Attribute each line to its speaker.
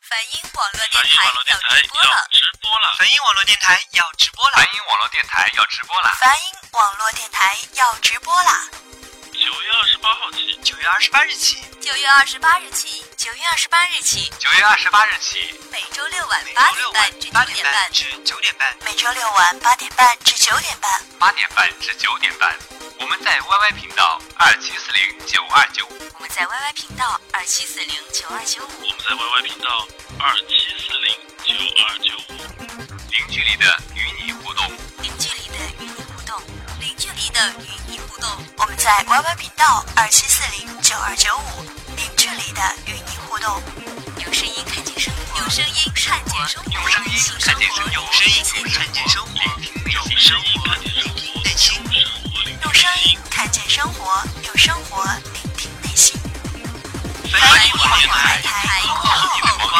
Speaker 1: 梵音网络电
Speaker 2: 梵音
Speaker 1: 台
Speaker 2: 网络电
Speaker 1: 要
Speaker 2: 台
Speaker 1: 直播了
Speaker 2: 要，直播了，
Speaker 3: 梵音网络电台要直播啦！
Speaker 4: 蓝音网络电台要直播啦！
Speaker 1: 梵音网络电台要直播啦！
Speaker 2: 哎九月二十八号起，
Speaker 3: 九月二十八日起，
Speaker 1: 九月二十八日起，九月二十八日起，
Speaker 4: 九月二十八日起，
Speaker 1: 每周六晚
Speaker 3: 每周
Speaker 1: 八点
Speaker 3: 六
Speaker 1: 半
Speaker 3: 晚
Speaker 1: 至
Speaker 3: 八
Speaker 1: 九
Speaker 3: 点
Speaker 1: 点
Speaker 3: 半
Speaker 1: 半，
Speaker 3: 至九点半，
Speaker 1: 每周六晚八点半至九点半，
Speaker 4: 八点半至九点半，我们在 YY 频道二七四零九二九
Speaker 1: 我们在 YY 频道二七四零九二九
Speaker 2: 我
Speaker 1: 五
Speaker 2: 们在 YY 频道二七四零九二九五，
Speaker 4: 零距离的与你互动。
Speaker 1: 零距离的与你互动，零距离的与你互动，我们在 YY 频道二七四零九二九五，零距离的与你互动。用声音看见生活，用声音看见生活，
Speaker 4: 用声音看见生活
Speaker 1: 用
Speaker 3: 用声音
Speaker 1: 看见
Speaker 3: 看见生活，嗯
Speaker 2: 用声音看见生活，
Speaker 3: 内心
Speaker 2: 用生活聆
Speaker 1: 用
Speaker 2: 听
Speaker 1: 声音
Speaker 2: 内心。
Speaker 1: 看见生活，用生活聆听内心。
Speaker 2: 哎
Speaker 3: 梵音网络电台，
Speaker 1: 台，后